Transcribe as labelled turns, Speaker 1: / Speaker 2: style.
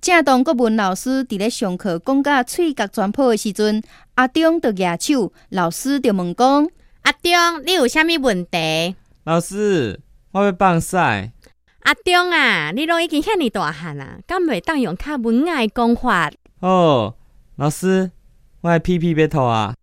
Speaker 1: 正当国文老师伫咧上课讲到喙角全破的时阵，阿中就举手，老师就问讲：
Speaker 2: 阿中，你有啥物问题？
Speaker 3: 老师，我要放屎。
Speaker 2: 阿中啊，你拢已经遐尼大汉啊，敢袂当用较文雅的讲法？
Speaker 3: 哦，老师，我的屁屁要吐啊！